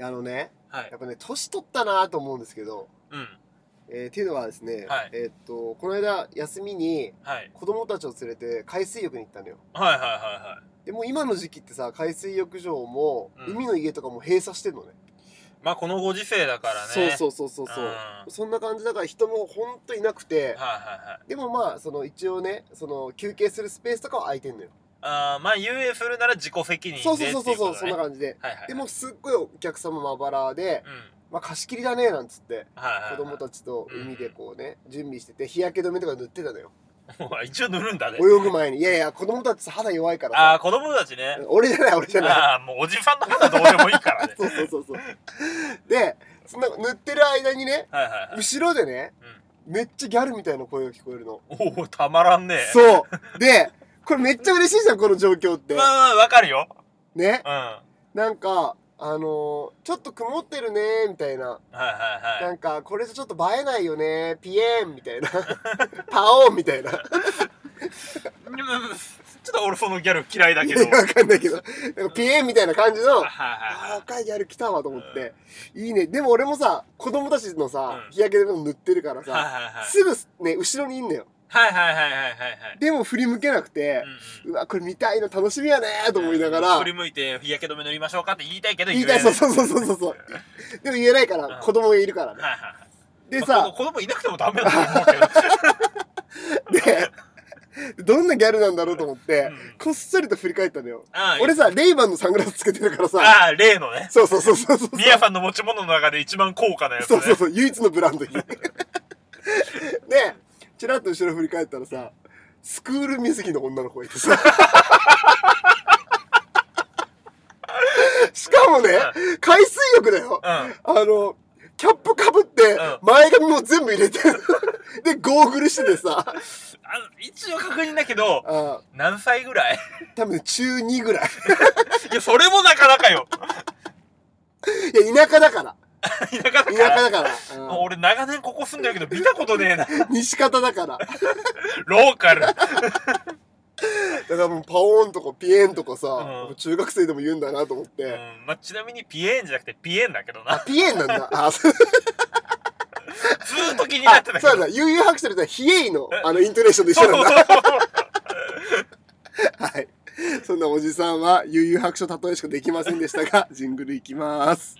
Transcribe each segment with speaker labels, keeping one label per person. Speaker 1: あのね、
Speaker 2: はい
Speaker 1: やっ。ぱね、年取ったなと思うんですけど、
Speaker 2: うん。
Speaker 1: えーっていうのはですね、
Speaker 2: はい
Speaker 1: えーっと、この間、休みに
Speaker 2: はい。
Speaker 1: 子供たちを連れて海水浴に行ったのよ。
Speaker 2: はいはいはいは
Speaker 1: でもう今の時期ってさ、海水浴場も、
Speaker 2: うん
Speaker 1: 海の家とかも閉鎖してるのね。
Speaker 2: い。まあこのご時世だからね。
Speaker 1: そう
Speaker 2: う。
Speaker 1: そうそうそうそうう。
Speaker 2: ん
Speaker 1: そんな感じだから人もほんといなくて、
Speaker 2: はいはいはい。
Speaker 1: でもまあ、その一応ね、その休憩するスペースとかは空いてんのよ。
Speaker 2: あーまあ遊泳するなら自己責任で
Speaker 1: そうそうそうそうそう、
Speaker 2: っていことだね
Speaker 1: そんな感じで。
Speaker 2: はいはい。
Speaker 1: でもすっごいお客様まばらで
Speaker 2: う、ん。
Speaker 1: まあ貸し切りだねなんつって、
Speaker 2: はいはいはい。
Speaker 1: 子供たちと海でこうね、準備してて、日焼け止めとか塗ってたのよ。
Speaker 2: ち。一応塗るんだね。
Speaker 1: 泳ぐ前に。いやいや、子供たちさ肌弱いから
Speaker 2: ああ、
Speaker 1: さ。
Speaker 2: 子供たちね。
Speaker 1: 俺じゃない、俺じゃない。。
Speaker 2: ああ、もうおじさんの肌どうでもいいからね
Speaker 1: そうそうそうそう。で、そんな塗ってる間にね、
Speaker 2: はいはいはい。
Speaker 1: 後ろでね、めっちゃギャルみたいな声が聞こえるの。
Speaker 2: おお、たまらんねえ。
Speaker 1: そう。で、これめっちゃ嬉しいじゃん、この状況って
Speaker 2: ま。あまあ、わかるよ。
Speaker 1: ね
Speaker 2: う。ん。は
Speaker 1: なんか、あのーちょっと曇ってるねみたいな。
Speaker 2: いはいは。
Speaker 1: ないんか、これじゃちょっと映えないよねピエーンみ たいな。パオーンみたいな。
Speaker 2: でもちょっと俺そのギャル嫌いだ
Speaker 1: い
Speaker 2: け
Speaker 1: や
Speaker 2: ど。はい
Speaker 1: わかんないけど。なんかピエーンみたいな感じの。あー
Speaker 2: は
Speaker 1: 若いギャル来たわと思って、いいねでも俺もさ子供たちのさ、
Speaker 2: うん
Speaker 1: 日焼け止めも塗ってるから
Speaker 2: いはい。はい
Speaker 1: さ、
Speaker 2: はいはい。
Speaker 1: すぐね後ろにいんのよ
Speaker 2: はいはいはいはいはいはい。
Speaker 1: でも振り向けなくて
Speaker 2: うん、
Speaker 1: うわこれ見たいの楽しみやねーと思いながら、
Speaker 2: 振り向いて日焼け止め塗りましょうかって言いたいけど
Speaker 1: 言いたい
Speaker 2: 言
Speaker 1: そ
Speaker 2: え
Speaker 1: う
Speaker 2: な
Speaker 1: そうそうそうそうそうでも言えないから、
Speaker 2: うん
Speaker 1: 子供がいるからね
Speaker 2: はいはいはい
Speaker 1: で
Speaker 2: まあ
Speaker 1: さ
Speaker 2: 子供いなくてもダメだと思うけど。
Speaker 1: でどんなギャルなんだろうと思って、
Speaker 2: うん
Speaker 1: こっそりと振り返ったのよ
Speaker 2: あー
Speaker 1: 俺さレイバンのサングラスつけてるからさ
Speaker 2: あー、例のね。
Speaker 1: そうそうそうそうそう
Speaker 2: ミヤさんの持ち物の中で一番高価なやつ
Speaker 1: そ
Speaker 2: ね
Speaker 1: う。そうそう、唯一のブラン ドに。で、ちらっと後ろ振り返ったらさ、スクール水着の女の子がいて さ。しかもね、海水浴だよ。
Speaker 2: うん。
Speaker 1: あの、キャップかぶって
Speaker 2: ん、
Speaker 1: 前髪も全部入れて、で、ゴーグルしててさ、
Speaker 2: あの一応確認だけど、
Speaker 1: あ
Speaker 2: 何歳ぐらい
Speaker 1: 多分ね中2ぐらい。
Speaker 2: いや、それもなかなかよ。
Speaker 1: いや、田舎だから。
Speaker 2: 田舎だか
Speaker 1: 田舎だ
Speaker 2: ら。
Speaker 1: から。
Speaker 2: もう俺長年ここ住んでるけど見たことねえな。
Speaker 1: うん西方だから。
Speaker 2: ローカル。
Speaker 1: だからもうパオーンとかピエーンとかさ、
Speaker 2: うん
Speaker 1: 中学生でも言うんだなと思って。
Speaker 2: うんまあ、ちなみにピエーンじゃなくてピエンだけどな。
Speaker 1: ピエンなん だ。あ、そう
Speaker 2: ずーっと気にな
Speaker 1: あ
Speaker 2: ってたけ
Speaker 1: そ
Speaker 2: ど。
Speaker 1: うだ。悠々白書でさ、ヒエイの、あの、イントネーションと一緒なんだ。
Speaker 2: そうそうそう
Speaker 1: はい。そんなおじさんは、悠々白書例えしかできませんでした が、ジングルいきます。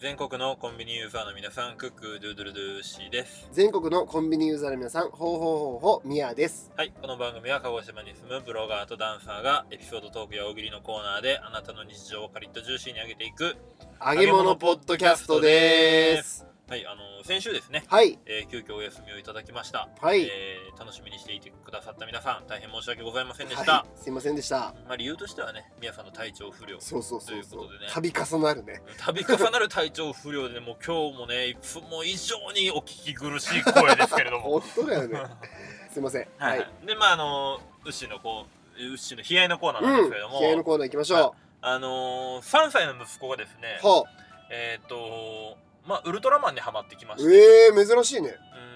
Speaker 2: 全国のコンビニユーザーの皆さん、クックドゥドゥルドゥシーです。
Speaker 1: 全国のコンビニユーザーの皆さん、ほうほうほうほう、ミヤです。
Speaker 2: はい、この番組は鹿児島に住むブロガーとダンサーがエピソードトークや大喜利のコーナーであなたの日常をカリッとジューシーに上げていく。
Speaker 1: 揚げ物ポッドキャストです。
Speaker 2: はい、あの先週ですね、
Speaker 1: はい。
Speaker 2: えー急遽お休みをいただきました。
Speaker 1: はい
Speaker 2: えー楽しみにしていてくださった皆さん、大変申し訳ございませんでした。
Speaker 1: はい。すいませんでした。
Speaker 2: まあ理由としてはね、皆さんの体調不良。
Speaker 1: そうそうそうそう
Speaker 2: ということでね。
Speaker 1: 度重なるね。
Speaker 2: 度重なる体調不良で、もう今日もね、いつも以上にお聞き苦しい声ですけれど も。
Speaker 1: 本当だ よね。すいません。
Speaker 2: は、
Speaker 1: はいい。
Speaker 2: でまああのウッシーのこうウッシーの悲哀のコーナーなんで
Speaker 1: う
Speaker 2: す
Speaker 1: ん。
Speaker 2: けれども、
Speaker 1: 気合のコーナー行きましょ
Speaker 2: あのー、3歳の息子がですね
Speaker 1: う。は
Speaker 2: えっ、とまあウルトラマンにハマってきま
Speaker 1: あ。
Speaker 2: して、
Speaker 1: ええ、珍しいね。
Speaker 2: うん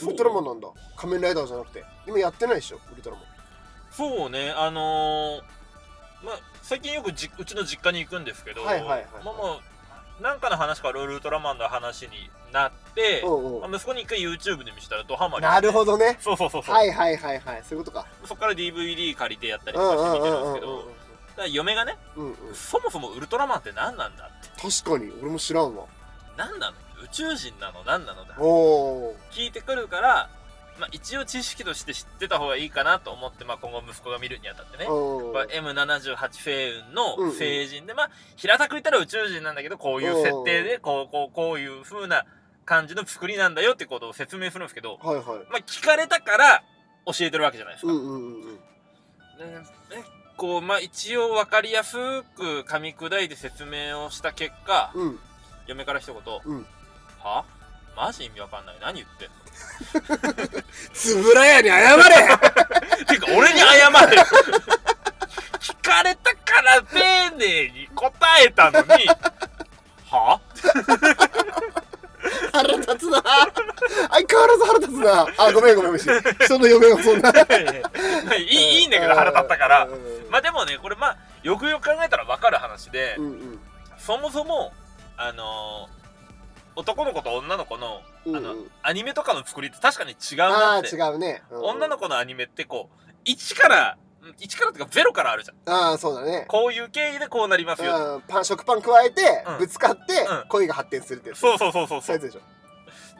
Speaker 1: ウルトラマ
Speaker 2: ン
Speaker 1: ンなんだ。仮面ライダーじゃなくて。今やってないでしょ、ウルトラマン。
Speaker 2: そうねあのー、まあ最近よくじうちの実家に行くんですけど、
Speaker 1: はいはいはいはい
Speaker 2: まあまあなんかの話からウルトラマンの話になって、
Speaker 1: うんうん
Speaker 2: まあ、息子に一回 YouTube で見せたらドハマり
Speaker 1: なるほどね。
Speaker 2: そうそうそうそう、
Speaker 1: はいはいはいはい、そういうことか。
Speaker 2: そこから DVD 借りてやったり
Speaker 1: う
Speaker 2: と
Speaker 1: ん
Speaker 2: か
Speaker 1: う
Speaker 2: して
Speaker 1: ん
Speaker 2: 見
Speaker 1: う
Speaker 2: てるん
Speaker 1: んうん
Speaker 2: ですけど、
Speaker 1: うん
Speaker 2: だから嫁がね
Speaker 1: うんうん。
Speaker 2: そもそもウルトラマンって何なんだって
Speaker 1: 確かに、俺も知らんわ。
Speaker 2: 何なの宇宙人なの何なのだ
Speaker 1: おお
Speaker 2: 聞いてくるから、まあ、一応知識として知ってた方がいいかなと思って、まあ、今後息子が見るにあたってね
Speaker 1: ー。うん。
Speaker 2: まあ M78 星雲の
Speaker 1: うんうん
Speaker 2: 星人で、まあ平たく言ったら宇宙人なんだけどこういう設定でこうこうこういう風な感じの作りなんだよってことを説明するんですけど、
Speaker 1: はいはい。
Speaker 2: まあ、聞かれたから教えてるわけじゃないです
Speaker 1: う
Speaker 2: か。
Speaker 1: んうんうんうん。
Speaker 2: ねこうまあ、一応分かりやすく噛み砕いて説明をした結果、
Speaker 1: うん。
Speaker 2: 嫁から一言、
Speaker 1: うん
Speaker 2: はマジ意味わかんない何言ってんの
Speaker 1: つぶらやに謝れ
Speaker 2: てか俺に謝れ聞かれたから丁寧に答えたのに、は
Speaker 1: 腹立つな相変わらず腹立つなあごめんごめん虫人の嫁をそんない
Speaker 2: いいいんだけど腹立ったから
Speaker 1: う。ん
Speaker 2: まあでもね、これまあ、よくよく考えたらわかる話で、
Speaker 1: うんうん
Speaker 2: そもそも、あのー男の子と女の子の
Speaker 1: うん
Speaker 2: あの
Speaker 1: うん
Speaker 2: アニメとかの作りって確かに違うな
Speaker 1: あ
Speaker 2: っ
Speaker 1: あ
Speaker 2: て。
Speaker 1: 違うね、うん
Speaker 2: 女の子のアニメってこう、1から、うん1からっていうか0からあるじゃん。
Speaker 1: ああそうだね
Speaker 2: こういう経緯でこうなりますよ。
Speaker 1: うんパン食パン加えて、
Speaker 2: うん
Speaker 1: ぶつかって、
Speaker 2: うん
Speaker 1: 恋が発展するってやつ
Speaker 2: そうそうそうそう
Speaker 1: そ
Speaker 2: そう
Speaker 1: いうう。やつでし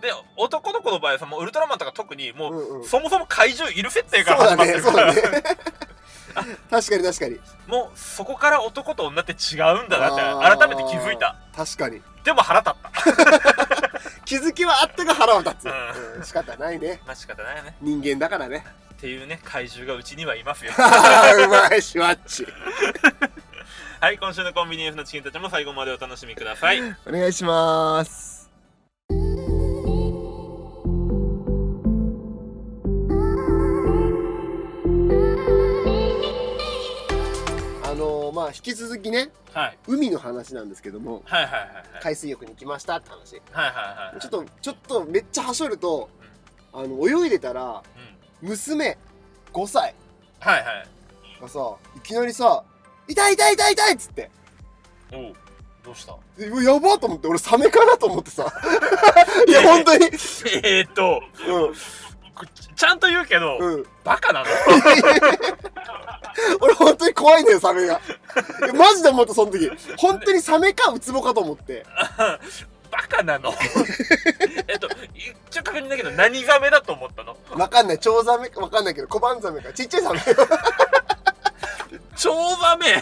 Speaker 2: で、男の子の場合はさ、もうウルトラマンとか特にも
Speaker 1: ょ、
Speaker 2: う、
Speaker 1: うんうん、そ
Speaker 2: そもそも怪獣いる設定
Speaker 1: う
Speaker 2: か
Speaker 1: だ
Speaker 2: ら始まって
Speaker 1: ね
Speaker 2: る
Speaker 1: そう
Speaker 2: から、
Speaker 1: だね 確かに確かに
Speaker 2: もうそこから男と女って違うんだな
Speaker 1: あ
Speaker 2: って
Speaker 1: ー
Speaker 2: 改めて気づいた
Speaker 1: 確かに
Speaker 2: でも腹立った
Speaker 1: 気づきはあったが腹は立つ、
Speaker 2: うん
Speaker 1: うん仕方ないね
Speaker 2: まあ仕方ないよね
Speaker 1: 人間だからね
Speaker 2: っていうね怪獣がうちにはいますよ
Speaker 1: あーうまいシュワッチ
Speaker 2: はい今週のコンビニエンスのチキンたちも最後までお楽しみください
Speaker 1: お願いしますあのーまあ引き続きね
Speaker 2: はい
Speaker 1: 海の話なんですけども
Speaker 2: はいはいはいはい
Speaker 1: 海水浴に来ましたって話ち
Speaker 2: はいはいはい
Speaker 1: ょっとちょっとめっちゃはしょるとあの泳いでたら
Speaker 2: うん
Speaker 1: 娘5歳
Speaker 2: はいはい
Speaker 1: がさいきなりさ「痛い痛い痛い痛い!」っつって
Speaker 2: おうどうした
Speaker 1: でうわやばーと思って俺サメかなと思って さいや本当に
Speaker 2: えーっとちちゃんと言うけど、
Speaker 1: うんうん
Speaker 2: バ カなの
Speaker 1: 俺本当に怖いんだよサメがいやマジで思ったその時本当にサメかウツボかと思って
Speaker 2: バカなの えっと一応確認だけど何ザメだと思ったの
Speaker 1: わかんないチョウザメかわかんないけどコバンザメかちっちゃいサメ
Speaker 2: 超ザ メ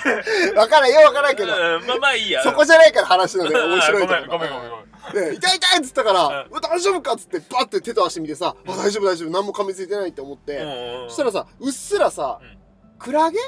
Speaker 1: わからんよわからんけど
Speaker 2: うんまあまあいいや
Speaker 1: そこじゃないから話のね面白いとこ
Speaker 2: うんごめんごめんごめんごめん
Speaker 1: で痛い痛いっつったから
Speaker 2: う
Speaker 1: 「うわ大丈夫か?」っつってバッて手と足見てさ「あ大丈夫大丈夫何も噛みついてない」って思って、
Speaker 2: うんうんうん
Speaker 1: そしたらさうっすらさ、
Speaker 2: うん
Speaker 1: クラゲ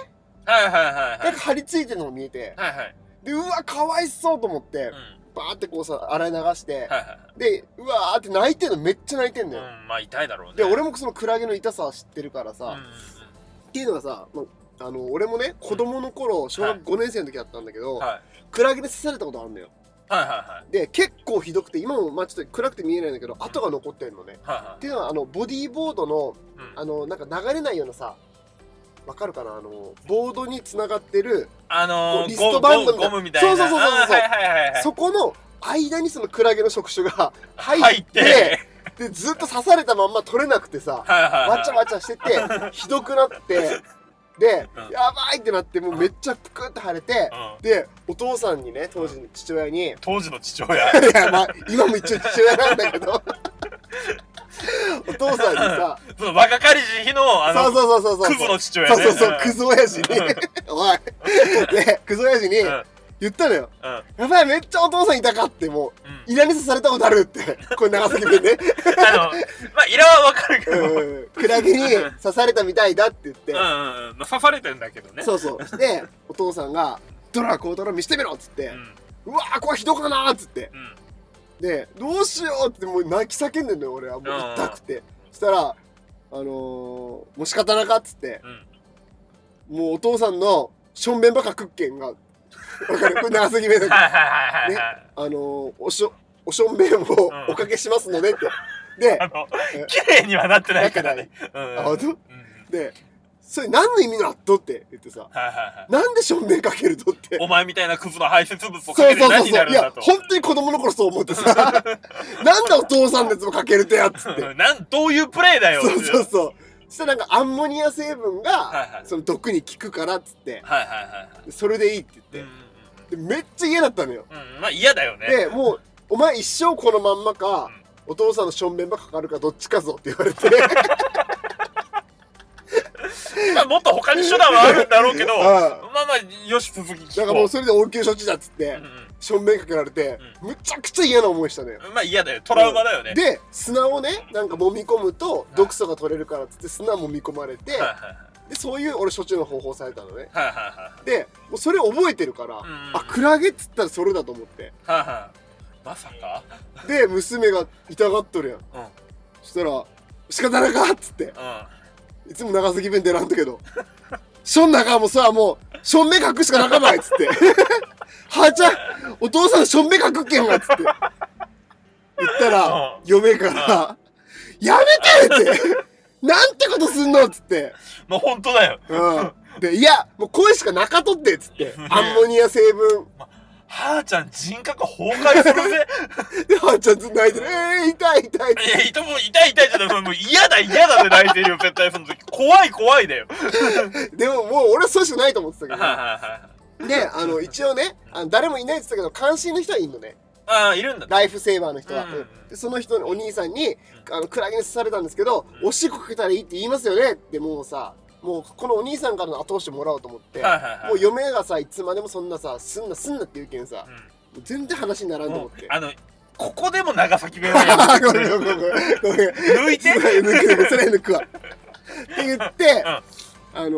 Speaker 2: はいはいはいは
Speaker 1: が
Speaker 2: い
Speaker 1: 張り付いてるのが見えて
Speaker 2: はいはい
Speaker 1: でうわかわいそうと思って、
Speaker 2: うん
Speaker 1: バーってこうさ洗い流して、
Speaker 2: はいはい
Speaker 1: でうわーって泣いてんのめっちゃ泣いてんのよ、
Speaker 2: うんまあ痛いだろうね
Speaker 1: で俺もそのクラゲの痛さは知ってるからさ、
Speaker 2: うんうん
Speaker 1: っ
Speaker 2: うん
Speaker 1: ていうのがさ、まあ、あの俺もね子供の頃小学5年生の時だったんだけど、
Speaker 2: はい
Speaker 1: クラゲで刺されたことあるのよ
Speaker 2: はいはいはい
Speaker 1: で結構ひどくて今もまあちょっと暗くて見えないんだけど跡が残ってるのね
Speaker 2: はいは
Speaker 1: っ
Speaker 2: い
Speaker 1: ていうのはあのボディーボードの
Speaker 2: うん
Speaker 1: あのなんか流れないようなさわかるかなあのボードに繋がってる
Speaker 2: あ
Speaker 1: こう
Speaker 2: のー
Speaker 1: リストバンドみたいな
Speaker 2: ゴムゴムみたいな
Speaker 1: そうそうそうそうそう
Speaker 2: あーはいはいはいはい
Speaker 1: そこの間にそのクラゲの触手 が入
Speaker 2: 入
Speaker 1: っ
Speaker 2: ってて
Speaker 1: でずっと刺されたまんま取れなくてさ
Speaker 2: はいはいはい
Speaker 1: わちゃわちゃしてて ひどくなってで
Speaker 2: うん
Speaker 1: やばいってなってもうめっちゃぷくって腫れて
Speaker 2: うん
Speaker 1: でお父さんにね当時の父親にい
Speaker 2: 当時の父親
Speaker 1: やまあ今も一応父親なんだけどお父さんにさ
Speaker 2: その若かりし日の あ
Speaker 1: そう
Speaker 2: の
Speaker 1: そうそうそうそう
Speaker 2: クズの父親
Speaker 1: そ
Speaker 2: ね
Speaker 1: うそうそう、クズ親父に
Speaker 2: うん、
Speaker 1: おい、ね、クズ親父に
Speaker 2: うんうん
Speaker 1: 言ったのよ。
Speaker 2: うん
Speaker 1: やばい、めっちゃお父さんいたかって、も
Speaker 2: うん
Speaker 1: う、イラに刺されたことあるって、 これ長崎弁ね。
Speaker 2: あのまあイラはわかるけどうんうんうん
Speaker 1: うん、クラゲに刺されたみたいだって言って、
Speaker 2: まあ刺されてんだけどね
Speaker 1: そうそう。で、お父さんが、ドラコードラ見してみろっつって
Speaker 2: う、ん
Speaker 1: うわー、これひどかなーっつって、
Speaker 2: うん
Speaker 1: で、どうしようって、もう泣き叫んでんのよ、俺は、もう痛くて。そしたら、あのー、もう仕方なかっつって、
Speaker 2: うん
Speaker 1: もうお父さんのしょんべんばっかクッケンが、わ かるこれ長崎弁だけど
Speaker 2: はいはいはいはいはい
Speaker 1: あのーおしょ、おしょんべんを
Speaker 2: うん
Speaker 1: おかけしますのでって。で
Speaker 2: あ、の
Speaker 1: え、
Speaker 2: 綺麗にはなってないからね。うん。
Speaker 1: あ、ほんと
Speaker 2: うん
Speaker 1: で、それ何の意味のあっとって言ってさ、
Speaker 2: はいはいはい。
Speaker 1: なんでしょんべんかけるとって。
Speaker 2: お前みたいなクズの排泄物
Speaker 1: そ
Speaker 2: を
Speaker 1: う
Speaker 2: か
Speaker 1: そ
Speaker 2: け
Speaker 1: う
Speaker 2: て
Speaker 1: そう
Speaker 2: 何にな
Speaker 1: そう。
Speaker 2: る
Speaker 1: い
Speaker 2: んだ
Speaker 1: や、
Speaker 2: と。
Speaker 1: 本当に子供の頃そう思ってさ、 なんだお父さんのやつもかけるとやっつって。
Speaker 2: うんなん、どういうプレイだよ。
Speaker 1: そうそう
Speaker 2: う。
Speaker 1: そう。そしたらなんかアンモニア成分
Speaker 2: はいは
Speaker 1: が
Speaker 2: い、
Speaker 1: その毒に効くからっつって、
Speaker 2: はいはいはいはい。
Speaker 1: それでいいって
Speaker 2: うん
Speaker 1: 言って。でめっちゃ嫌だったのよ。
Speaker 2: うんうん。うん、まあ嫌だよね。
Speaker 1: で、もう、お前一生このまんまか
Speaker 2: うん、
Speaker 1: お父さんのしょんべんばかかるかどっちかぞって言われ て。
Speaker 2: まあもっと他に手段はあるんだろうけど、
Speaker 1: うん
Speaker 2: まあまあ、よし、続き
Speaker 1: だか
Speaker 2: 聞
Speaker 1: らもう
Speaker 2: こ
Speaker 1: それで応急処置だっつって
Speaker 2: う。う、ん
Speaker 1: しょんべんかけられて、むちゃくちゃ嫌な思いしたのよ。
Speaker 2: うんまあ嫌だよ。トラウマだよね。
Speaker 1: で、砂をね、なんか揉み込むと
Speaker 2: い
Speaker 1: 毒素が取れるからっつって砂揉み込まれて、
Speaker 2: はいはい
Speaker 1: で、そういう俺処置の方法されたのね。
Speaker 2: はい。はいはいはい。
Speaker 1: で、もうそれ覚えてるから、
Speaker 2: ん
Speaker 1: あ、クラゲっつったらそれだと思って。
Speaker 2: はいはい。まさか
Speaker 1: で、娘が痛がっとるやん。
Speaker 2: うん。うん。
Speaker 1: そしたら、仕方なかっつって、
Speaker 2: はい
Speaker 1: つも長崎弁出らんだけど、ション中もさ、もう、ション目隠しかなかないっつって。はーちゃん、お父さんション目隠っけんわっつって。言ったら
Speaker 2: う、ん
Speaker 1: 嫁から、やめてってなんてことすんのっつって。
Speaker 2: まあ本当だよ。
Speaker 1: うん。で、いや、もう声しか中とってっつって。アンモニア成分。
Speaker 2: はーちゃん人格崩壊するぜ。
Speaker 1: で、はーちゃんずっと泣いてる。えー、痛い痛い。
Speaker 2: いや、いともう痛い痛いじゃない。もうもう嫌だ嫌だで泣いてるよ、絶対その時。怖い怖いだよ。
Speaker 1: でももう俺はそうしかないと思ってたけ
Speaker 2: はい
Speaker 1: ど
Speaker 2: はい。はい。
Speaker 1: で、あの、一応ね、あの誰もいないって言ってたけど、監視の人はいんのね。
Speaker 2: ああ、いるんだ。
Speaker 1: ライフセーバーの人は。
Speaker 2: うん
Speaker 1: うんでその人のお兄さんに、あの、クラゲに刺されたんですけど、おしっこかけたらいいって言いますよねって、もうさ、もうこのお兄さんからの後押しもらおうと思って、
Speaker 2: はいはいはい
Speaker 1: もう嫁がさ、いつまでもそんなさ、すんなすんなって言うけんさ
Speaker 2: う、ん
Speaker 1: もう全然話にならんと
Speaker 2: も
Speaker 1: 思
Speaker 2: う
Speaker 1: って。
Speaker 2: あの、ここでも長崎弁はやめて
Speaker 1: ご
Speaker 2: く
Speaker 1: め
Speaker 2: れ
Speaker 1: んごめんごめんごめん。
Speaker 2: 抜いて
Speaker 1: それ抜く、それ抜くわ。って言って、
Speaker 2: うん
Speaker 1: あの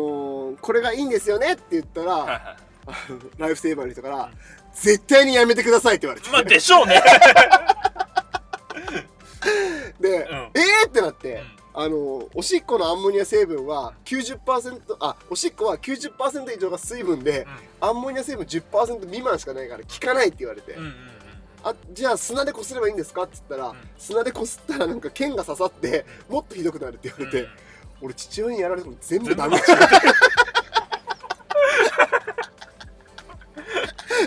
Speaker 1: ーこれがいいんですよねって言ったら、
Speaker 2: はいはい
Speaker 1: ライフセーバーの人から、絶対にやめてくださいって言われて。
Speaker 2: まあでしょうね。
Speaker 1: で、
Speaker 2: う
Speaker 1: え
Speaker 2: ん
Speaker 1: ーってなって、あのおしっこのアンモニア成分は90%あおしっこは90%以上が水分で、アンモニア成分10%未満しかないから効かないって言われて、
Speaker 2: うんうんうん
Speaker 1: あじゃあ砂でこすればいいんですかって言ったら、
Speaker 2: ん
Speaker 1: 砂でこすったらなんか剣が刺さってもっとひどくなるって言わ
Speaker 2: うん。
Speaker 1: れて、
Speaker 2: うん
Speaker 1: 俺父親にやられても全部
Speaker 2: 全部
Speaker 1: ダ
Speaker 2: 間
Speaker 1: メ
Speaker 2: 違え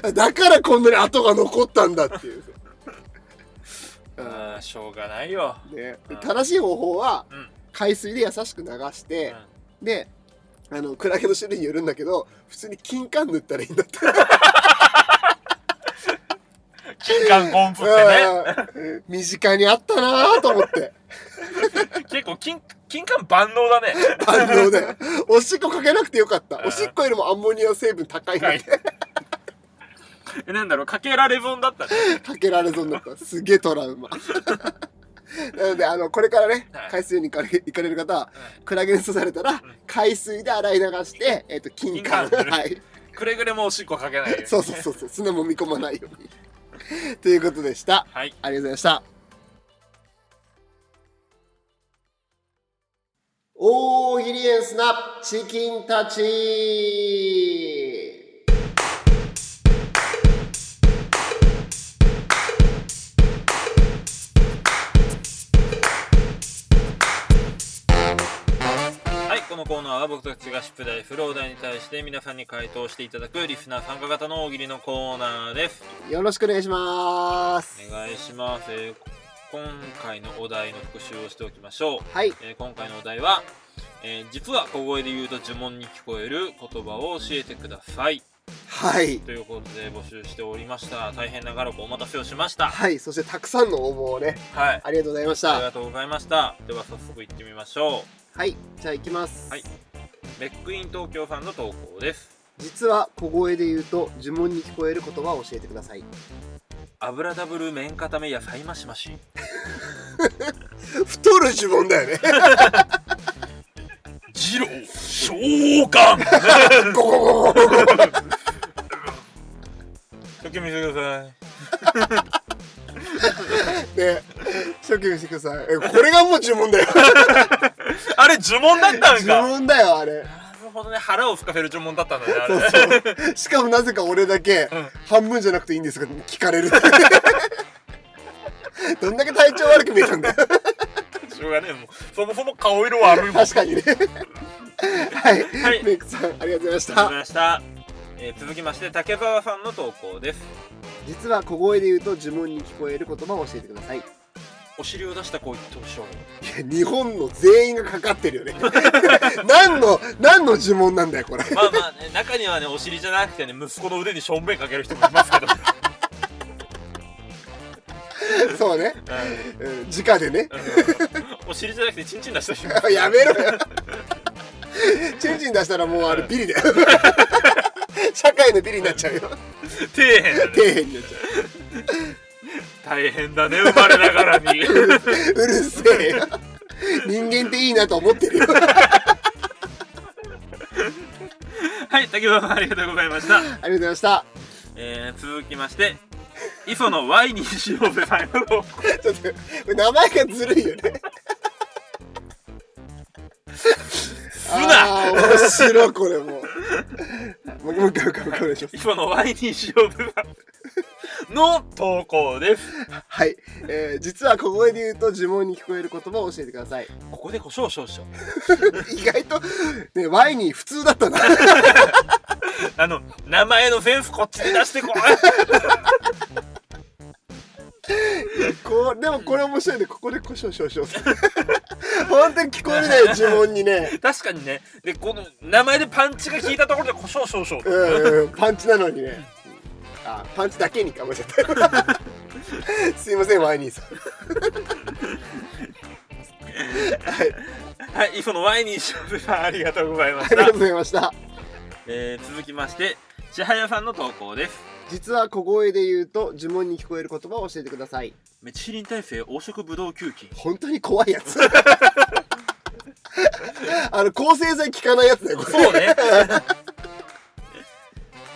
Speaker 2: て る
Speaker 1: だからこんなに跡が残ったんだっていう。うん
Speaker 2: ああ、しょうがないよ。
Speaker 1: ね
Speaker 2: うん、
Speaker 1: 正しい方法は
Speaker 2: うん。
Speaker 1: 海水で優しく流して、であのクラゲの種類によるんだけど普通に金柑塗ったらいいんだって
Speaker 2: 金管コンプって
Speaker 1: うん 身近にあったなぁと思って
Speaker 2: ね。結構金、金管万能だね。
Speaker 1: 万能でおしっこかけなくてよかった
Speaker 2: うん
Speaker 1: おしっこよりもアンモニア成分高いんだって
Speaker 2: えなんだろう、かけられ損だったね。
Speaker 1: かけられそうになったすげえトラウ マなのであのこれからね
Speaker 2: はい
Speaker 1: 海水に行かれ行かれる方は
Speaker 2: うん
Speaker 1: クラゲに刺されたら海水で洗い流して、えっと金柑
Speaker 2: 金柑
Speaker 1: はい
Speaker 2: くれぐれもおしっこかけないようにね
Speaker 1: そうそうそうそう砂もみ込まないようにということでした
Speaker 2: はい。
Speaker 1: ありがとうございました。大喜利エンスなチキンたち
Speaker 2: はい、このコーナーは僕たちが出題、不老題に対して皆さんに回答していただくリスナー参加型の大喜利のコーナーです。
Speaker 1: よろしくお願いします。
Speaker 2: お願いします。えー今回のお題の復習をしておきましょう。
Speaker 1: はい、
Speaker 2: えー今回のお題は、えー実は小声で言うと呪文に聞こえる言葉を教えてください。
Speaker 1: はい、
Speaker 2: ということで募集しておりました。大変長らくお待たせをしました。
Speaker 1: はい、そしてたくさんの応募をね、
Speaker 2: はい。
Speaker 1: ありがとうございまし
Speaker 2: あり
Speaker 1: た。
Speaker 2: がとうございました。では早速行ってみましょ
Speaker 1: はい、じゃあ行きます。
Speaker 2: はいいう。レックイン東京さんの投稿です。
Speaker 1: 実は小声で言うと呪文に聞こえる言葉を教えてください。
Speaker 2: 油ダブル麺固め野菜マシマシ。
Speaker 1: 太る呪文だよね。
Speaker 2: ジロー召喚
Speaker 1: ゴゴゴゴゴゴ
Speaker 2: とき見せてください。
Speaker 1: ね、初級してください。えこれがもう呪文だよ。
Speaker 2: あれ呪文だったん
Speaker 1: 呪
Speaker 2: か
Speaker 1: 文だよ、あれ。
Speaker 2: なるほどね、腹を吹かせる呪文だったんだね、あ
Speaker 1: そう
Speaker 2: れ。
Speaker 1: そう。しかもなぜか俺だけ、
Speaker 2: うん
Speaker 1: 半分じゃなくていいんですが、聞かれる。どんだけ体調悪く見えたんだよ。
Speaker 2: しょうがねえ、もう。そもそも顔色悪いもん。
Speaker 1: 確かにね。はい。
Speaker 2: はい
Speaker 1: メイクさん、ありがとうございまし
Speaker 2: ありがとうご
Speaker 1: た
Speaker 2: ざ。いました。えー続きまして、竹川さんの投稿です。
Speaker 1: 実は小声で言うと呪文に聞こえる言葉を教えてください。い
Speaker 2: お尻を出した声っておっしゃる。
Speaker 1: や、日本の全員がかかってるよね。 何の、何の呪文なんだよ、これ。
Speaker 2: まあまあね、中にはね、お尻じゃなくてね、息子の腕にしょんべんかける人もいますけど。
Speaker 1: そうね。
Speaker 2: うん
Speaker 1: うん直でね。
Speaker 2: お尻じゃなくて、チンチン出した人もいます
Speaker 1: やめろよ。チンチン出したらもうあれビリだよ。 社会のビリになっちゃうよ。
Speaker 2: 底辺だね
Speaker 1: 底辺になっちゃう。
Speaker 2: 大変だね、生まれながらに。
Speaker 1: うるせえよ。人間っていいなと思ってるよ。あ
Speaker 2: はい、竹川さんありがとうございました。
Speaker 1: りがとうございました。
Speaker 2: えー、続きまして、磯の Y にしようぜさんの投稿
Speaker 1: ちょっと、名前がずるいよね。
Speaker 2: な
Speaker 1: あー面白いこれもうもう一回もう一回もう一回お願いします
Speaker 2: 今のワイニー使用部分の投稿です
Speaker 1: はい、えー、実は小声で言うと呪文に聞こえる言葉を教えてください
Speaker 2: ここで故障少々
Speaker 1: 意外とねワイニー普通だったな
Speaker 2: あの名前のセンスこっちで出してこ
Speaker 1: こうでもこれ面白いねここで故障少々本当に聞こえるね呪文にね
Speaker 2: い 確かにねでこの名前でパンチが効いたところで故障少々
Speaker 1: うんうんパンチなのにねあパンチだけにかもし れないすいませんワイニーさんはい
Speaker 2: はいそのワイニー使用部分ありがとうございま
Speaker 1: あ
Speaker 2: し
Speaker 1: りが
Speaker 2: た
Speaker 1: とうございました
Speaker 2: えー続きまして千早さんの投稿です
Speaker 1: 実は小声で言うと呪文に聞こえる言葉を教えてください
Speaker 2: メチリン耐性黄色ブドウ球菌
Speaker 1: 本当に怖いや つあの抗生剤効かないやつだよこれ
Speaker 2: そうね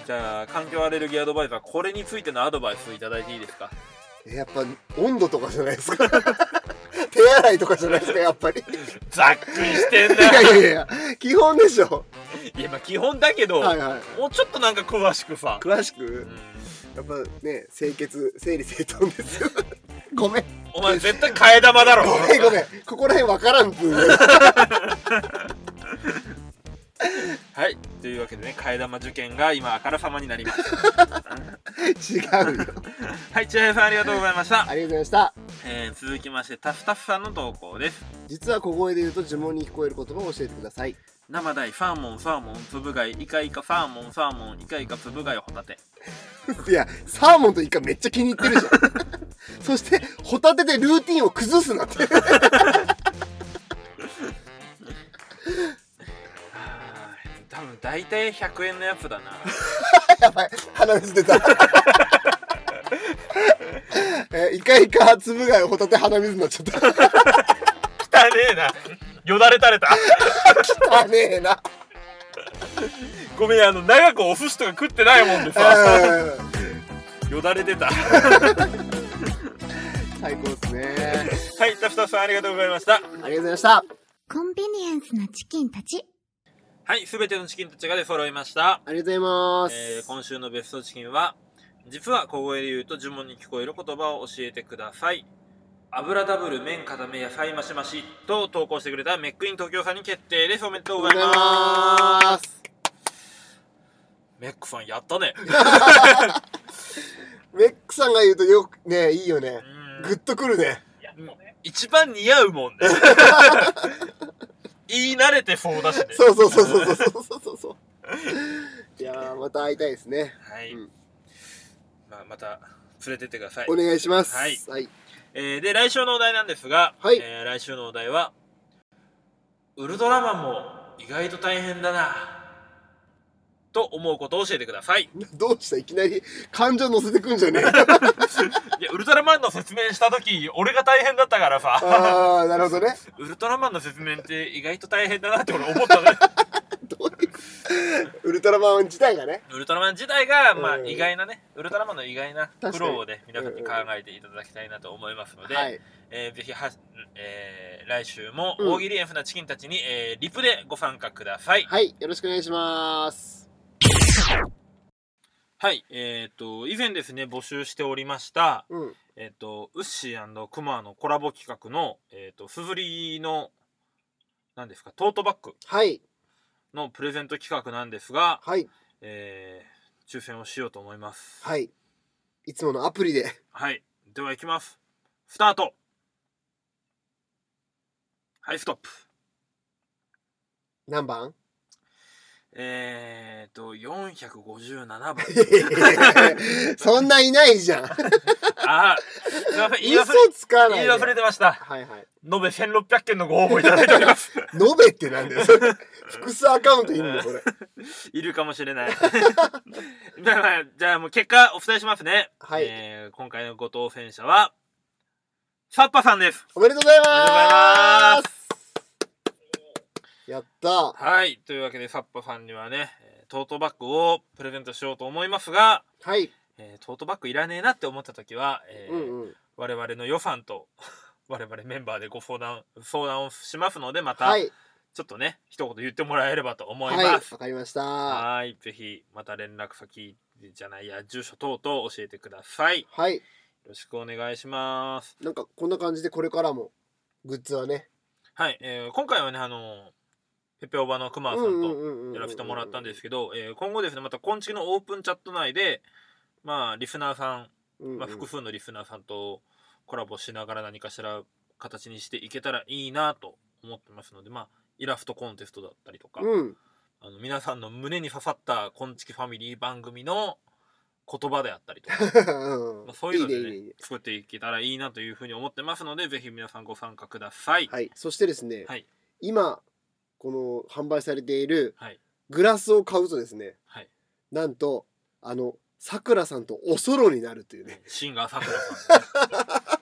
Speaker 2: じゃあ環境アレルギーアドバイザーこれについてのアドバイスいただいていいですか
Speaker 1: えやっぱ温度とかじゃないです か手洗いとかじゃないですかやっぱりい
Speaker 2: ざっくりしてんな
Speaker 1: やいやいやいや基本でしょ
Speaker 2: いやまあ基本だけど、
Speaker 1: はいはい
Speaker 2: もうちょっとなんか詳しくさ、
Speaker 1: 詳し
Speaker 2: う
Speaker 1: く
Speaker 2: ん
Speaker 1: やっぱね清潔整理整頓ですよごめん
Speaker 2: お前絶対替え玉だろ
Speaker 1: ごめんごめんここら辺わからん分野
Speaker 2: はいというわけでね替え玉受験が今あからさまになります
Speaker 1: 違うよ
Speaker 2: はい千早さんありがとうございました、
Speaker 1: ありがとうございました
Speaker 2: えー続きましてタフタフさんの投稿です
Speaker 1: 実は小声で言うと呪文に聞こえる言葉を教えてください
Speaker 2: 生鯛サーモンサーモンつぶ貝イカイカサーモンサーモンイカイカつぶ貝ホタテ
Speaker 1: いや、サーモンとイカめっちゃ気に入ってるじゃん。 そして、ホタテでルーティンを崩すなって。
Speaker 2: あー多分大体100円のやつだな
Speaker 1: やばい、鼻水出た。 えーイカイカ、つぶ貝、ホタテ、鼻水になっちゃっ
Speaker 2: 汚ねえなよだれ垂れた
Speaker 1: た。汚ねえな。
Speaker 2: ごめんあの長くお寿司とか食ってないもんで
Speaker 1: うん
Speaker 2: よだれ出たは
Speaker 1: 最高ですね。
Speaker 2: いタフタフさんありがとうございました
Speaker 1: ありがとうございました。
Speaker 3: コンビニエンスなチキンたち。
Speaker 2: はいすべてのチキンたちが出揃いました、
Speaker 1: ありがとうございます。
Speaker 2: えー、今週のベストチキンは実は小声で言うと呪文に聞こえる言葉を教えてください油ダブル麺固め野菜マシマシと投稿してくれたメックイン東京さんに決定ですおめでとうございます
Speaker 1: す。
Speaker 2: メックさんやったね
Speaker 1: メックさんが言うとよくね、いいよね。
Speaker 2: うん
Speaker 1: グッとくるね。
Speaker 2: 一番似合うもん ね言い慣れてそうだしね
Speaker 1: そうそうそうそうそうそうそうそう。いやー、また会いたいですね。
Speaker 2: はい、
Speaker 1: うん
Speaker 2: まあ、また連れてってください
Speaker 1: お、願いします。
Speaker 2: はい
Speaker 1: はい
Speaker 2: えーで来週のお題なんですが、
Speaker 1: はい
Speaker 2: えー来週のお題は「ウルトラマンも意外と大変だな」と思うことを教えてください
Speaker 1: どうしたいきなり感情乗せてくんじゃ ねえ
Speaker 2: いやウルトラマンの説明した時俺が大変だったからさ
Speaker 1: ああなるほどね
Speaker 2: ウルトラマンの説明って意外と大変だなって俺思ったね
Speaker 1: どういうウルトラマン自体がね
Speaker 2: ウルトラマン自体が、まあ、
Speaker 1: うん
Speaker 2: 意外なねウルトラマンの意外な苦労をね皆
Speaker 1: かに
Speaker 2: さんに考えていただきたいなと思いますので、
Speaker 1: はい
Speaker 2: えーぜひは、えー来週も
Speaker 1: うん
Speaker 2: 大喜利エンフなチキンたちに、えーリプでご参加ください。
Speaker 1: はいよろしくお願いします
Speaker 2: はい、えっ、と、以前ですね、募集しておりました、
Speaker 1: うん
Speaker 2: えっ、と、ウッシークマのコラボ企画の、えっ、と、すずりの、なんですか、トートバッグ
Speaker 1: はい
Speaker 2: のプレゼント企画なんですが、
Speaker 1: はい
Speaker 2: えー抽選をしようと思います。
Speaker 1: はいいつものアプリで
Speaker 2: はい、では行きます。スタートはい、ストップ
Speaker 1: 何番
Speaker 2: えっ、と、457番。
Speaker 1: そんないないじゃん
Speaker 2: あー、すいません、言い忘
Speaker 1: 嘘
Speaker 2: れ
Speaker 1: つかない
Speaker 2: 言い
Speaker 1: じゃん
Speaker 2: 忘れてました。
Speaker 1: はいはい
Speaker 2: 延べ1600件のご応募いただいております。
Speaker 1: 延べってなんだよそれ複数アカウントいんのこれ
Speaker 2: いるかもしれない。 まあまあじゃあもう結果お伝えしますね。
Speaker 1: はい
Speaker 2: えー今回のご当選者は、サッパさんです。
Speaker 1: おめでとうござい
Speaker 2: おめでとうござい
Speaker 1: ま
Speaker 2: ます
Speaker 1: やった
Speaker 2: はい。というわけで、サッパさんにはね、えートートバッグをプレゼントしようと思いますが、
Speaker 1: はい
Speaker 2: えートートバッグいらねえなって思った時は、えー
Speaker 1: うんうん
Speaker 2: 我 々の予算と、我々メンバーでご相談、相談をしますので、また、
Speaker 1: はい
Speaker 2: ちょっとね一言言ってもらえればと思い
Speaker 1: はい
Speaker 2: ま
Speaker 1: わ
Speaker 2: す、
Speaker 1: かりましたは
Speaker 2: はいぜひまた連絡先じゃないや住所等々教えてくださいよ
Speaker 1: い
Speaker 2: ろしくお願いします
Speaker 1: なんかこんな感じでこれからもグッズはね
Speaker 2: はい、えー今回はねあのペペオバのクマさんと、や
Speaker 1: や
Speaker 2: らせてもらったんですけど、えー今後ですねまた昆虫のオープンチャット内でまあリスナーさ
Speaker 1: ど、
Speaker 2: ん、まあ、複数のリスナーさんとコラボしながら何かしら形にしていけたらいいなと思ってますのでまあイラストコンテストだったりとか、
Speaker 1: うん
Speaker 2: あの皆さんの胸に刺さった昆虫ファミリー番組の言葉であったりとか まあそういうの
Speaker 1: いいねい
Speaker 2: でね
Speaker 1: いねいいね
Speaker 2: 作っていけたらいいなというふうに思ってますのでぜひ皆さんご参加ください。
Speaker 1: はいそしてですね、
Speaker 2: はい
Speaker 1: 今この販売されている
Speaker 2: はい
Speaker 1: グラスを買うとですね
Speaker 2: はい
Speaker 1: なんとあのさくらさんとおそろになるというね
Speaker 2: シンガーさくらさ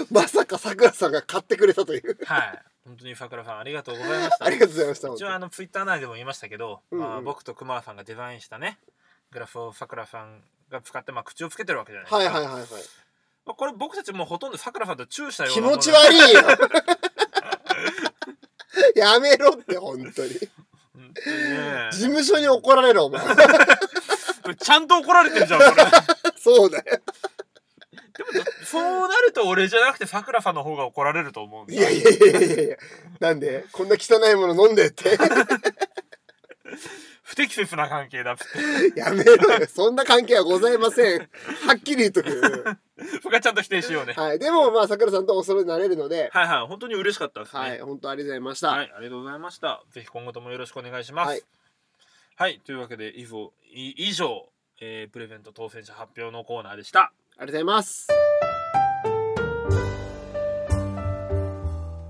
Speaker 2: ん、
Speaker 1: まさかさくらさんが買ってくれたという
Speaker 2: はい本当にさくらさんありがとうございました
Speaker 1: ありがとうございました
Speaker 2: 一応あのツイッター内でも言いましたけど、
Speaker 1: うんうん
Speaker 2: まあ、僕と熊さんがデザインしたねグラフをさくらさんが使って、まあ、口をつけてるわけじゃないですか、
Speaker 1: はいはいはいはい
Speaker 2: まあ、これ僕たちもうほとんどさくらさんとチューしたよう
Speaker 1: 気
Speaker 2: なもの
Speaker 1: 持ち悪いよ やめろって本当に
Speaker 2: 本当にね
Speaker 1: 事務所に怒られるお 前
Speaker 2: ちゃんと怒られてるじゃんこれ
Speaker 1: そうだよ
Speaker 2: そうなると俺じゃなくてさくらさんの方が怒られると思うんだ
Speaker 1: いやいやいやいやいやなんでこんな汚いもの飲んでって
Speaker 2: 不適切な関係だっつって
Speaker 1: やめろよそんな関係はございませんはっきり言っとく
Speaker 2: そこはちゃんと否定しようね
Speaker 1: はいでもまあさくらさんとお揃いになれるので
Speaker 2: はいはい本当に嬉しかったですね
Speaker 1: はい、本当ありがとうございました。
Speaker 2: はい、ありがとうございました。ぜひ今後ともよろしくお願いします。は
Speaker 1: はいい、
Speaker 2: というわけで以上、い以上えープレゼント当選者発表のコーナーでした。
Speaker 1: ありがとうございます。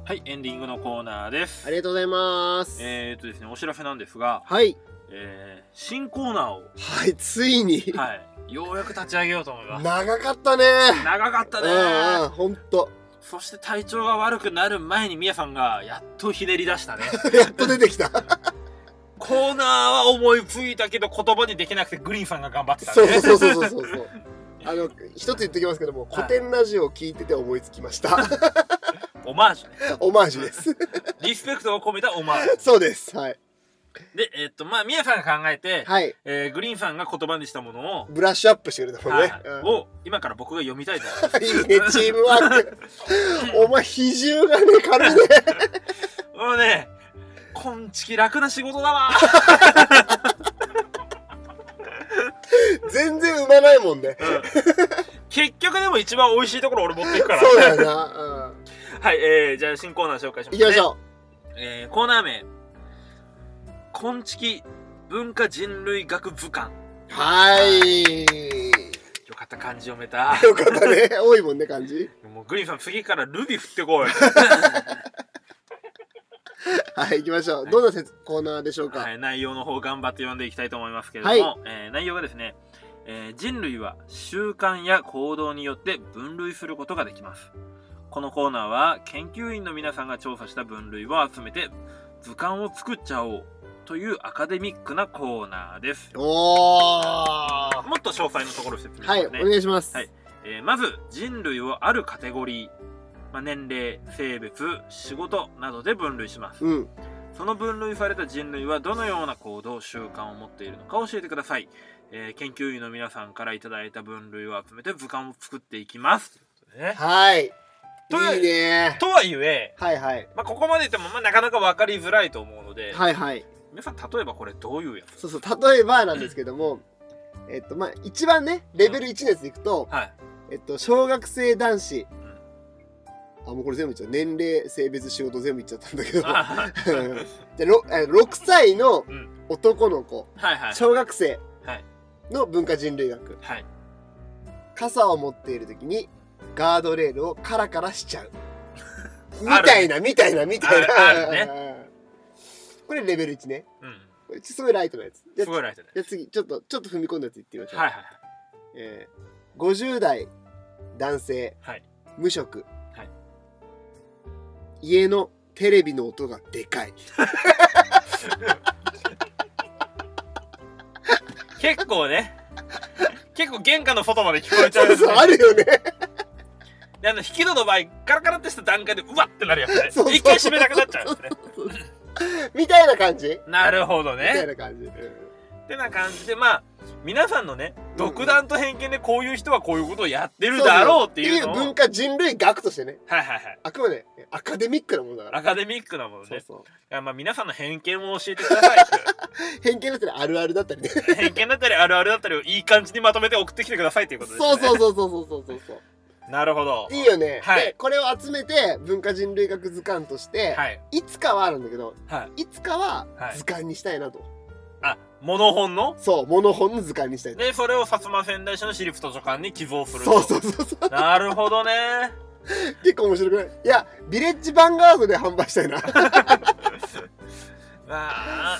Speaker 2: はい、エンディングのコーナーです。
Speaker 1: ありがとうございます。
Speaker 2: えーっとですね、お知らせなんですが、
Speaker 1: はい、
Speaker 2: えー新コーナー を、
Speaker 1: はい、ついに、
Speaker 2: はい、ようやく立ち上げようと思います。
Speaker 1: 長かったね。
Speaker 2: 長かったね
Speaker 1: うんうん、本当、
Speaker 2: そして体調が悪くなる前にみやさんがやっとひねり出した ね
Speaker 1: やっと出てきた。
Speaker 2: コーナーは思いついたけど言葉にできなくてグリーンさんが頑張ってたね
Speaker 1: そうそうそうそうそうそう。 あの、一つ言ってきますけども、古典ラジオを聞いてて思いつきま した。
Speaker 2: オマージュね
Speaker 1: オマージュです。
Speaker 2: リスペクトを込めたオマージ ュ
Speaker 1: そうです。はい、
Speaker 2: で、えっと、まあ、みやさんが考えて、
Speaker 1: はい、
Speaker 2: えーグリーンさんが言葉にしたものを、
Speaker 1: ブラッシュアップしてくれたもんね。
Speaker 2: はい
Speaker 1: うん
Speaker 2: を今から僕が読みたいと思います。
Speaker 1: いいね、 チームワー ク。お前、比重がね、軽いね。
Speaker 2: もうね、こんちき楽な仕事だわ。
Speaker 1: 全然生まないもんね。
Speaker 2: 結局でも一番美味しいところ俺持っていくから。
Speaker 1: そうだよな。うん
Speaker 2: はい、えー、じゃあ新コーナー紹介します、
Speaker 1: 行
Speaker 2: ね。
Speaker 1: きましょ
Speaker 2: えー、コーナー名、こんちき文化人類学部館。
Speaker 1: う。はい。
Speaker 2: よかった、漢字読めた。
Speaker 1: よかったね。多いもんね、感じ。
Speaker 2: もうグリーンさん次からルビー振っ てこい。
Speaker 1: はい、行きましょう。どんなせつコーナーでしょうか。
Speaker 2: はい、内容の方頑張って読んでいきたいと思いますけれども、
Speaker 1: はい
Speaker 2: えー内容がですね、えー人類は習慣や行動によって分類することができますこのコーナーは研究員の皆さんが調査した分類を集めて図鑑を作っちゃおうというアカデミックなコーナーです
Speaker 1: おー
Speaker 2: もっと詳細のところを説明しま
Speaker 1: はい、
Speaker 2: す
Speaker 1: お
Speaker 2: ね、
Speaker 1: 願いします。
Speaker 2: はいえーまず人類をあるカテゴリー、まあ、年齢性別仕事などで分類します
Speaker 1: うん。
Speaker 2: その分類された人類はどのような行動習慣を持っているのか教えてください、えー研究員の皆さんからいただいた分類を集めて図鑑を作っていきます
Speaker 1: はい。い
Speaker 2: とりあえず
Speaker 1: いね
Speaker 2: とはいえ、
Speaker 1: はいはい。
Speaker 2: まあ、ここまで言っても、まあ、なかなか分かりづらいと思うので、
Speaker 1: はいはい。
Speaker 2: 皆さん例えばこれどういうやつ
Speaker 1: そうそう、例えばなんですけども、えっと、まあ、一番ね、レベル1のやつでいくと、
Speaker 2: はい、
Speaker 1: えっと、小学生男子。あ、もうこれ全部言っちゃう。年齢、性別、仕事全部言っちゃったんだけど。
Speaker 2: あ
Speaker 1: じゃあ、ろ6歳の
Speaker 2: うん
Speaker 1: 男の子、
Speaker 2: はいはい
Speaker 1: 小学生
Speaker 2: はい
Speaker 1: の文化人類学。
Speaker 2: はい
Speaker 1: 傘を持っている時にガードレールをカラカラしちゃうみ
Speaker 2: ある
Speaker 1: たいなみたいなみたいな
Speaker 2: あるある
Speaker 1: これレベル1ね
Speaker 2: うん
Speaker 1: これすごいライトなやつじゃ
Speaker 2: すごいライトで
Speaker 1: じゃあ次ちょっとちょっと踏み込んだやついってみましょう、
Speaker 2: はいはい
Speaker 1: えー50代男性
Speaker 2: はい
Speaker 1: 無職、
Speaker 2: はい
Speaker 1: 家のテレビの音がでかい
Speaker 2: 結 構ね結構玄関の外まで聞こえちゃう,、
Speaker 1: そうそうあるよね
Speaker 2: であの引き戸の場合カラカラってした段階でうわってなるやつね
Speaker 1: そうそう
Speaker 2: 一回閉めなくなっちゃうんですね
Speaker 1: みたいな感じみ
Speaker 2: なるほど
Speaker 1: たい
Speaker 2: ね
Speaker 1: な感じ、うん
Speaker 2: ってな感じでまあ皆さんのね
Speaker 1: ん
Speaker 2: 独断と偏見でこういう人はこういうことをやってるだろうっていうの
Speaker 1: っ
Speaker 2: を
Speaker 1: ていう文
Speaker 2: はい
Speaker 1: 化人類学としてね
Speaker 2: はいはい
Speaker 1: あくまでアカデミックなものだか
Speaker 2: ア
Speaker 1: ら
Speaker 2: カデミックなもの
Speaker 1: そう
Speaker 2: ね
Speaker 1: そう
Speaker 2: いやまあ皆さんの偏見を教えてくださいっていう
Speaker 1: 偏見だったりあるあるだったりね
Speaker 2: 偏見だったりあるあるだったりをいい感じにまとめて送ってきてくださいということですね
Speaker 1: そうそうそうそうそうそうそう
Speaker 2: なるほど
Speaker 1: いいよね、
Speaker 2: はい
Speaker 1: でこれを集めて文化人類学図鑑として、
Speaker 2: はい
Speaker 1: い、つかはあるんだけど
Speaker 2: はい
Speaker 1: いつかは
Speaker 2: はい
Speaker 1: 図鑑にしたいなと、
Speaker 2: あモノ本の
Speaker 1: そうモノ本の図鑑にしたいと
Speaker 2: でそれを薩摩仙台市の私立図書館に寄贈する
Speaker 1: そう
Speaker 2: う
Speaker 1: そうそうそう
Speaker 2: なる ほどね
Speaker 1: 結構面白くないいやビレッジヴァンガードで販売したいな
Speaker 2: まあ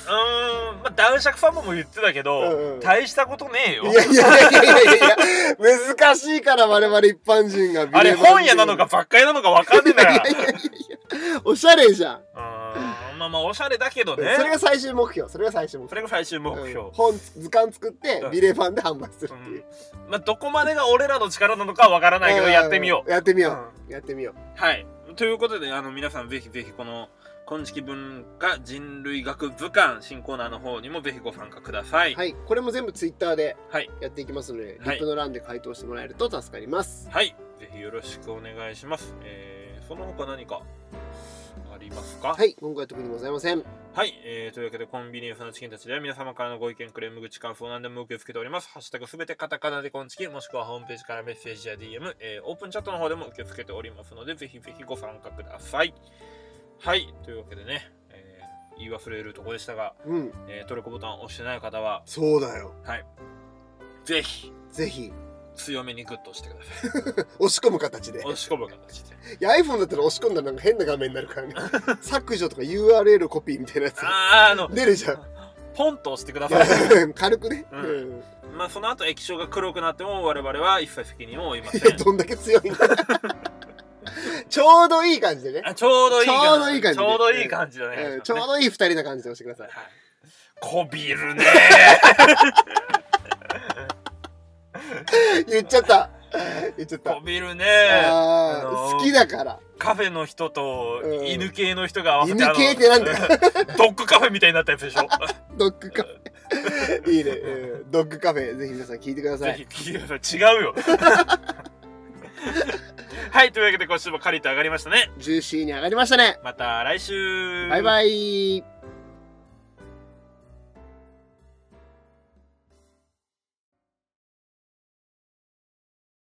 Speaker 2: うーん、まあ、男爵ファンも言ってたけど、
Speaker 1: うんうん
Speaker 2: 大したことねえよ
Speaker 1: いやいやいやいやいやいや難しいから我々一般人がビレ
Speaker 2: あれ
Speaker 1: ヴァンガード
Speaker 2: 本屋なのか雑貨屋なのか分かんねえんだから
Speaker 1: いやいやいやいやおしゃれじゃん、
Speaker 2: うーんまあまあおしゃれだけどね
Speaker 1: それが最終目標それが最終目
Speaker 2: そ
Speaker 1: 標
Speaker 2: れが最終目標、
Speaker 1: うん本図鑑作って
Speaker 2: うん
Speaker 1: ビレ版で販売するっていう、
Speaker 2: うんまあ、どこまでが俺らの力なのかは分からないけどやってみよ
Speaker 1: うんやってみ
Speaker 2: う、
Speaker 1: よ
Speaker 2: う
Speaker 1: う、
Speaker 2: ん
Speaker 1: やってみよう
Speaker 2: はい。ということで、あの、皆さんぜひぜひこの、今式文化人類学図鑑新コーナーの方にもぜひご参加ください。はい。
Speaker 1: はい、これも全部ツイッターで
Speaker 2: はい
Speaker 1: やっていきますので、
Speaker 2: はい
Speaker 1: リップの欄で回答してもらえると助かります。
Speaker 2: ぜひよろしくお願いします。えー、その他何かありますか
Speaker 1: はい、今回は特にございません。
Speaker 2: はい、えー、というわけで、コンビニエンスのチキンたちでは皆様からのご意見、クレーム、口、感想何でも受け付けております。ハッシュタグすべてカタカナでコンチキ、もしくはホームページからメッセージや DM、えー、オープンチャットの方でも受け付けておりますので、ぜひぜひご参加ください。はい、というわけでね、えー、言い忘れるとこでしたが、
Speaker 1: うん、
Speaker 2: えー、トルコボタンを押してない方は、
Speaker 1: そうだよ。
Speaker 2: はい、ぜひ
Speaker 1: ぜひ、
Speaker 2: 強めにグッと押してください。
Speaker 1: 押し込む形で。
Speaker 2: 押し込む形 で。
Speaker 1: いや、iPhone だったら押し込んだらなんか変な画面になるから ね。削除とか URL コピーみたいなやつ。
Speaker 2: あー、あの、
Speaker 1: 出るじゃん。
Speaker 2: ポンと押してください。
Speaker 1: 軽くね。
Speaker 2: う
Speaker 1: うんん。
Speaker 2: まあ、その後液晶が黒くなっても、我々は一切責任を負いませ
Speaker 1: い
Speaker 2: ん
Speaker 1: や、。どんだけ強いんだ。 ちょうどいい感じでね。
Speaker 2: あちょうどいい感
Speaker 1: ち
Speaker 2: じ。
Speaker 1: ょうどいい感じ
Speaker 2: ちょうどいい感じだね。
Speaker 1: うんちょうどいい二人な感じで押してください。
Speaker 2: はいこびる ね。
Speaker 1: 言っちゃった。言っちゃった
Speaker 2: こ。びるね。
Speaker 1: あ
Speaker 2: あ
Speaker 1: あ
Speaker 2: のー
Speaker 1: 好きだから。
Speaker 2: カフェの人と
Speaker 1: うん
Speaker 2: 犬系の人が合わせて。
Speaker 1: 犬系ってなんだ
Speaker 2: よ。 ドッグカフェみたいになったやつでしょ。
Speaker 1: ドッグカフェ。いいね、うんドッグカフェ、ぜひ皆さん聞いてください。
Speaker 2: ぜひ聞いてください違うよ。 はい、というわけで今週もカリッと上がりましたね。
Speaker 1: ジューシーに上がりましたね。
Speaker 2: また来週。
Speaker 1: バイバイ。